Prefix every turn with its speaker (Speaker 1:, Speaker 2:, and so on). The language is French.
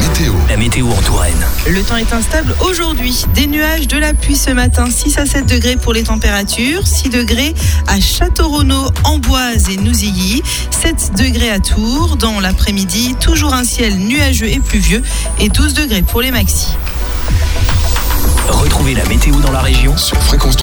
Speaker 1: météo.
Speaker 2: La météo en Touraine.
Speaker 3: Le temps est instable aujourd'hui. Des nuages, de la pluie ce matin, 6 à 7 degrés pour les températures, 6 degrés à Château-Renaud, Amboise et Nousilly, 7 degrés à Tours. Dans l'après-midi, toujours un ciel nuageux et pluvieux et 12 degrés pour les maxis.
Speaker 2: Retrouvez la météo dans la région
Speaker 1: Sur fréquence